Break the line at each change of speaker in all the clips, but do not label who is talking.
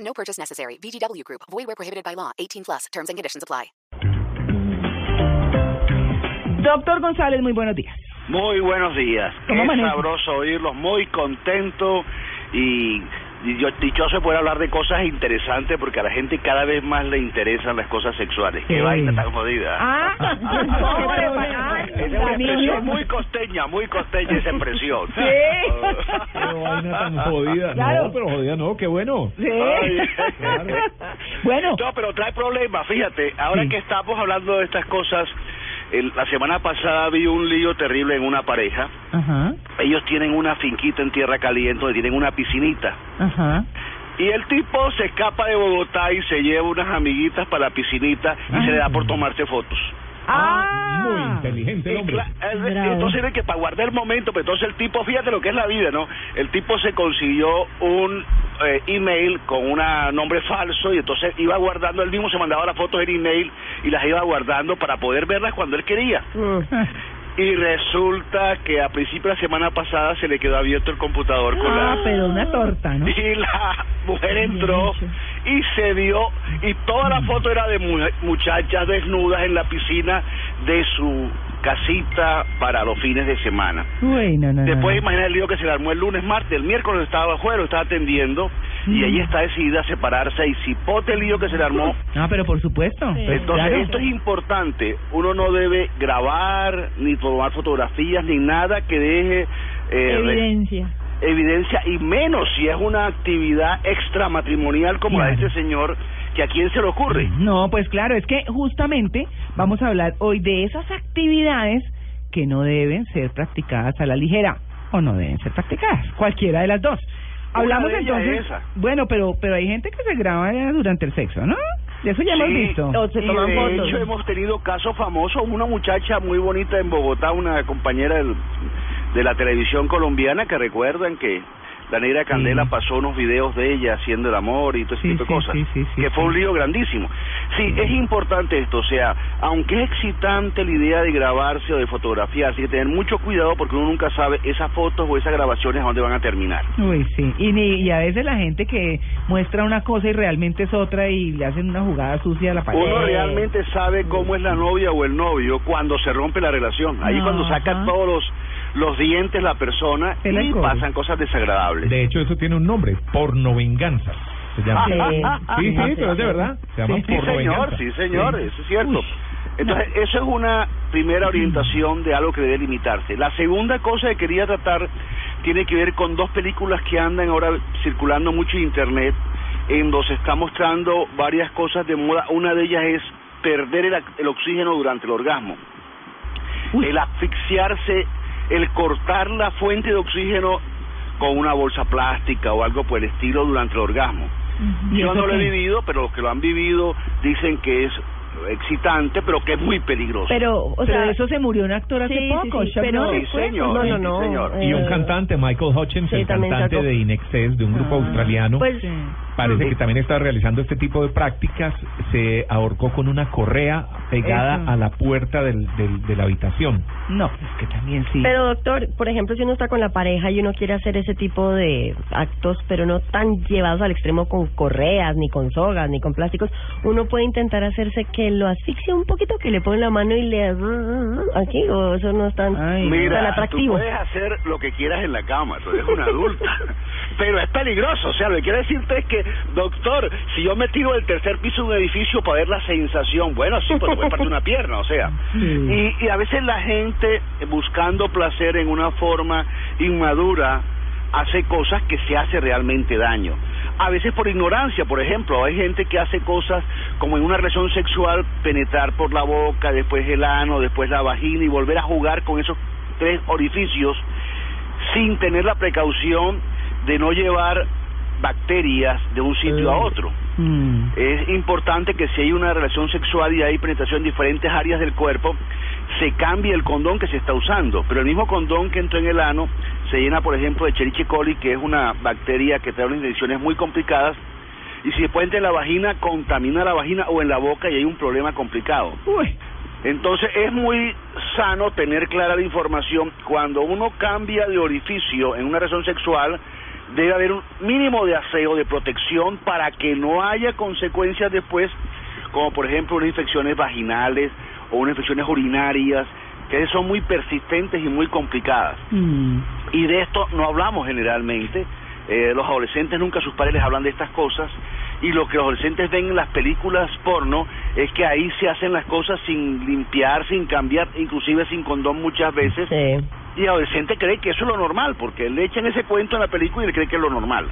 No purchase necessary. VGW Group. Void where prohibited by law. 18 plus. Terms and conditions apply.
Doctor González, muy buenos días.
Muy buenos días. Qué
¿Cómo maneja?
sabroso oírlos, muy contento y, y yo- dichoso de poder hablar de cosas interesantes porque a la gente cada vez más le interesan las cosas sexuales. Qué
Sí.
vaina tan jodida.
Ah, hombre, pa- ay,
ah, Esa es una
Camilo.
expresión muy costeña, muy costeña esa expresión.
Sí.
Qué vaina tan jodida.
Claro.
No, pero jodida no, qué bueno.
Sí.
Ay.
Bueno,
No, pero trae problemas, fíjate. Ahora
Sí.
que estamos hablando de estas cosas, el- la semana pasada vi un lío terrible en una pareja.
ajá,
Ellos tienen una finquita en tierra caliente donde tienen una piscinita.
ajá.
Y el tipo se escapa de Bogotá y se lleva unas amiguitas para la piscinita y se le da por tomarse fotos.
Ah, Eh,
Muy inteligente el
Y
hombre.
cla- es- es-
Bravo.
entonces era que para guardar el momento, pero entonces el tipo, fíjate lo que es la vida, ¿no? El tipo se consiguió un eh, email con un nombre falso y entonces iba guardando, él mismo se mandaba las fotos en email y las iba guardando para poder verlas cuando él quería. Y resulta que a principio de la semana pasada se le quedó abierto el computador con
Ah,
la...
pero una torta, ¿no?
Y la mujer entró y se dio, y toda la foto era de mu- muchachas desnudas en la piscina de su casita para los fines de semana.
Bueno, no, no,
Después
no.
imagina el lío que se le armó el lunes, martes, el miércoles estaba afuera, estaba atendiendo, y ella está decidida a separarse, y si pote el lío que se le armó,
No, Ah, pero por supuesto. pues,
entonces,
claro.
esto es importante. Uno no debe grabar, ni tomar fotografías, ni nada que deje eh, re-
Evidencia.
evidencia, y menos si es una actividad extramatrimonial como la de
Claro.
este señor, que a quién se le ocurre.
No, pues claro, es que justamente vamos a hablar hoy de esas actividades que no deben ser practicadas a la ligera o no deben ser practicadas, cualquiera de las dos.
Una
Hablamos
de ellas
entonces.
es esa.
Bueno, pero pero hay gente que se graba durante el sexo, ¿no? De eso ya hemos
Sí,
visto.
y de hecho hemos tenido casos famosos, una muchacha muy bonita en Bogotá, una compañera del- de la televisión colombiana que recuerdan que la negra Candela pasó unos videos de ella haciendo el amor y todo ese
Sí,
tipo de
sí,
cosas,
sí, sí, sí,
que fue
sí.
un lío grandísimo. Sí, es importante esto, o sea, aunque es excitante la idea de grabarse o de fotografiarse, hay que tener mucho cuidado porque uno nunca sabe esas fotos o esas grabaciones a dónde van a terminar.
Uy, sí. Y, ni, y a veces la gente que muestra una cosa y realmente es otra y le hacen una jugada sucia a la pareja.
Uno realmente sabe cómo es la novia o el novio cuando se rompe la relación. Ahí
No,
cuando saca
ajá.
todos los, los dientes la persona
Pela el
y
cobre.
pasan cosas desagradables.
De hecho, eso tiene un nombre, pornovenganza. Se llama.
Sí. Ah,
Sí, sí,
Sí,
pero es de verdad. Se llama
Sí,
Sí,
pornovenganza.
señor, sí, señor,
Sí.
eso es cierto.
Uy,
Entonces, eso es una primera orientación de algo que debe limitarse. La segunda cosa que quería tratar tiene que ver con dos películas que andan ahora circulando mucho en Internet, en donde se está mostrando varias cosas de moda. Una de ellas es perder el, ac- el oxígeno durante el orgasmo.
Uy.
El asfixiarse, el cortar la fuente de oxígeno con una bolsa plástica o algo por el estilo durante el orgasmo.
¿Y
Yo
eso
no lo he
qué?
vivido, pero los que lo han vivido dicen que es excitante, pero que es muy peligroso.
Pero, o
Pero
sea,
de eso se murió un actor hace
sí, sí,
poco,
sí,
Chuck
pero-
Norris.
Sí, señor,
No, no,
sí,
no.
señor.
Y un
Eh,
cantante, Michael Hutchins,
Sí,
el
también
cantante
sacó-
de Inexcess, de un grupo
Ah,
australiano,
Pues,
Sí.
parece que también está realizando este tipo de prácticas. Se ahorcó con una correa pegada
Eso.
a la puerta del, del- de la habitación.
No, es que también sí.
pero doctor, por ejemplo, si uno está con la pareja y uno quiere hacer ese tipo de actos, pero no tan llevados al extremo con correas, ni con sogas, ni con plásticos, uno puede intentar hacerse que lo asfixie un poquito, que le ponen la mano y le... Aquí, o eso no es tan,
Ay,
tan
Mira, tú
atractivo.
puedes hacer lo que quieras en la cama, tú eres una adulta. Pero es peligroso, o sea, lo que quiero decirte es que, doctor, si yo me tiro del tercer piso de un edificio para ver la sensación, bueno, sí, pues voy a partir una pierna, o sea. Y, y a veces la gente, buscando placer en una forma inmadura, hace cosas que se hace realmente daño. A veces por ignorancia, por ejemplo, hay gente que hace cosas como en una relación sexual, penetrar por la boca, después el ano, después la vagina y volver a jugar con esos tres orificios sin tener la precaución de no llevar bacterias de un sitio a otro.
Mm.
Es importante que si hay una relación sexual y hay penetración en diferentes áreas del cuerpo, se cambie el condón que se está usando. Pero el mismo condón que entró en el ano se llena, por ejemplo, de Escherichia coli, que es una bacteria que trae unas infecciones muy complicadas. Y si después entra en la vagina, contamina la vagina o en la boca y hay un problema complicado.
Uy,
Entonces es muy sano tener clara la información. Cuando uno cambia de orificio en una relación sexual, debe haber un mínimo de aseo, de protección, para que no haya consecuencias después, como por ejemplo unas infecciones vaginales o unas infecciones urinarias, que son muy persistentes y muy complicadas.
mm.
Y de esto no hablamos generalmente. Eh, los adolescentes nunca sus padres les hablan de estas cosas. Y lo que los adolescentes ven en las películas porno es que ahí se hacen las cosas sin limpiar, sin cambiar, inclusive sin condón muchas veces.
Sí.
Y el adolescente cree que eso es lo normal, porque le echan ese cuento en la película y le cree que es lo normal.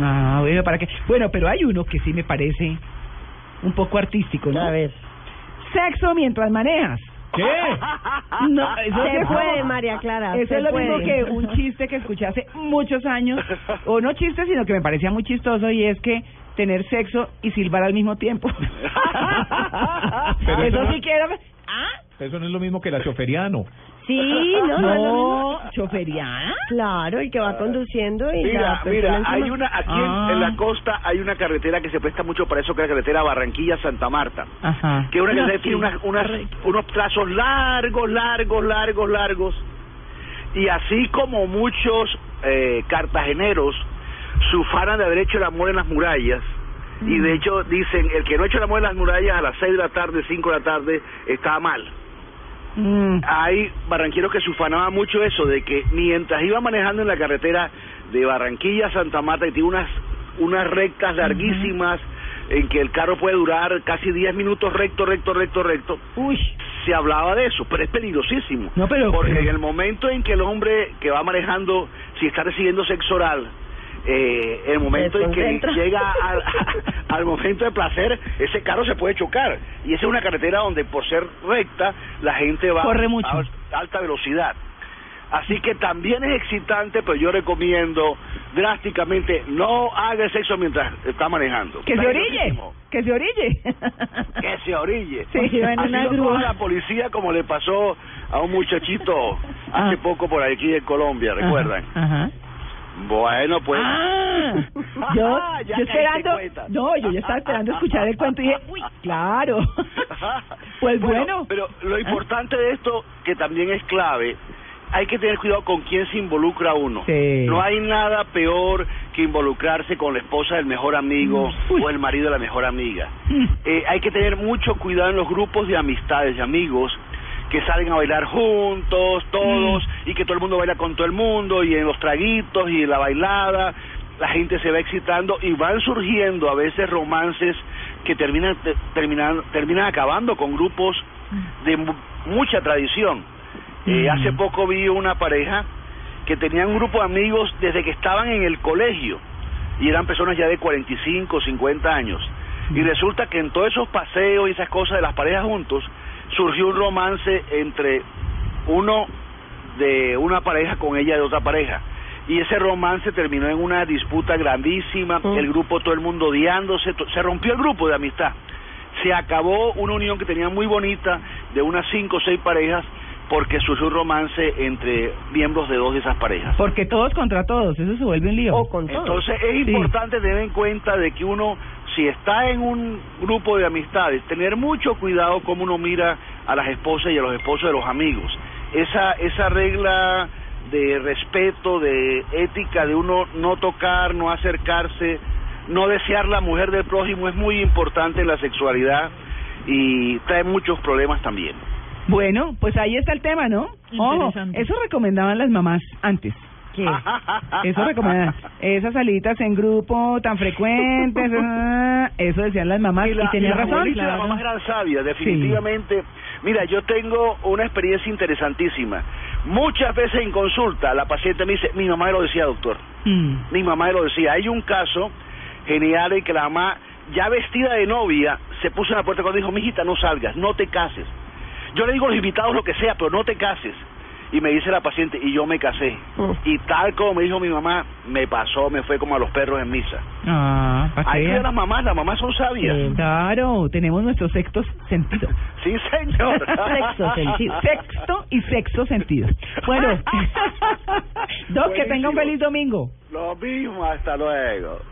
Ah, bueno, para qué. Bueno, pero hay uno que sí me parece un poco artístico, ¿no?
A ver.
Sexo mientras manejas.
¿Qué?
No, eso
Se
es como-
puede, María Clara.
Eso
se
es lo
puede.
mismo que un chiste que escuché hace muchos años, o no chiste, sino que me parecía muy chistoso y es que tener sexo y silbar al mismo tiempo.
Pero
eso
eso-
sí que era... ¿Ah?
Eso no es lo mismo que la choferiano.
Sí, no, no, no, no.
No, choferiada.
Claro, el que va conduciendo y
Mira,
la persona
mira,
encima.
hay una, aquí en- en, la costa hay una carretera que se presta mucho para eso, que es la carretera Barranquilla-Santa Marta.
Ajá.
que una que
No,
se tiene unas- unas- unos trazos largos, largos, largos, largos. Y así como muchos eh, cartageneros sufanan de haber hecho el amor en las murallas, y de hecho dicen, el que no ha hecho el amor en las murallas a las 6 de la tarde, 5 de la tarde, está mal.
Mm.
Hay barranqueros que se ufanaban mucho eso, de que mientras iba manejando en la carretera de Barranquilla a Santa Marta, y tiene unas, unas rectas larguísimas, en que el carro puede durar casi 10 minutos recto, recto, recto, recto,
Uy.
se hablaba de eso, pero es peligrosísimo.
No, pero-
porque
pero-
en el momento en que el hombre que va manejando, si está recibiendo sexo oral, eh, el momento en que
desconcentra.
llega al, al momento de placer, ese carro se puede chocar. Y esa es una carretera donde, por ser recta, la gente va
Corre mucho.
a alta velocidad. Así que también es excitante, pero yo recomiendo drásticamente no haga sexo mientras está manejando.
Que se orille.
Peligrosísimo
Que se orille.
que se orille.
Sí, iba en
Así
una
lo
grúa.
coja la policía como le pasó a un muchachito
Ah.
hace poco por aquí de Colombia, ¿recuerdan?
Ajá.
Bueno, pues...
Ah, yo,
Ya
yo
caíste
esperando,
cuenta.
no, yo ya estaba esperando escuchar el cuento y dije, uy, claro. Pues bueno. ¿Eh?
Pero lo importante de esto, que también es clave, hay que tener cuidado con quién se involucra uno.
Sí.
No hay nada peor que involucrarse con la esposa del mejor amigo
Uy.
o el marido de la mejor amiga.
Mm.
Eh, hay que tener mucho cuidado en los grupos de amistades, de amigos que salen a bailar juntos, todos,
Mm.
y que todo el mundo baila con todo el mundo, y en los traguitos, y en la bailada, la gente se va excitando, y van surgiendo a veces romances que terminan, te- terminan, terminan acabando con grupos de mu- mucha tradición. Eh,
Mm.
Hace poco vi una pareja que tenían un grupo de amigos desde que estaban en el colegio y eran personas ya de 45, 50 años. Y resulta que en todos esos paseos y esas cosas de las parejas juntos surgió un romance entre uno de una pareja con ella de otra pareja. Y ese romance terminó en una disputa grandísima,
Mm.
el grupo todo el mundo odiándose, to- se rompió el grupo de amistad. Se acabó una unión que tenía muy bonita de unas cinco o seis parejas porque surgió un romance entre miembros de dos de esas parejas.
Porque todos contra todos, eso se vuelve un lío.
O con todo.
Entonces es
Sí.
importante tener en cuenta de que uno, si está en un grupo de amistades, tener mucho cuidado cómo uno mira a las esposas y a los esposos de los amigos. Esa, esa regla de respeto, de ética, de uno no tocar, no acercarse, no desear la mujer del prójimo es muy importante en la sexualidad y trae muchos problemas también.
Bueno, pues ahí está el tema, ¿no? Ojo,
Interesante.
eso recomendaban las mamás antes.
¿Qué?
Eso recomendaban. Esas salidas en grupo tan frecuentes, ah, eso decían las mamás y,
la-
tenían
las
razón.
abuelitas y las mamás eran sabias, definitivamente. Mira, yo tengo una experiencia interesantísima. Muchas veces en consulta la paciente me dice, mi mamá me lo decía, doctor.
Mm.
Mi mamá me lo decía. Hay un caso genial en que la mamá, ya vestida de novia, se puso en la puerta cuando dijo, mijita, no salgas, no te cases. Yo le digo a los invitados lo que sea, pero no te cases. Y me dice la paciente, y yo me casé.
Mm.
Y tal como me dijo mi mamá, me pasó, me fue como a los perros en misa.
Ah, ¿para
Ahí
qué?
quedan las mamás, las mamás son sabias.
Claro, tenemos nuestros sextos sentidos.
Sí, señor.
Sexto sentido.
Sexto y sexto sentido. Bueno, Doc, que tenga un
Buenísimo.
feliz domingo.
Lo mismo, hasta luego.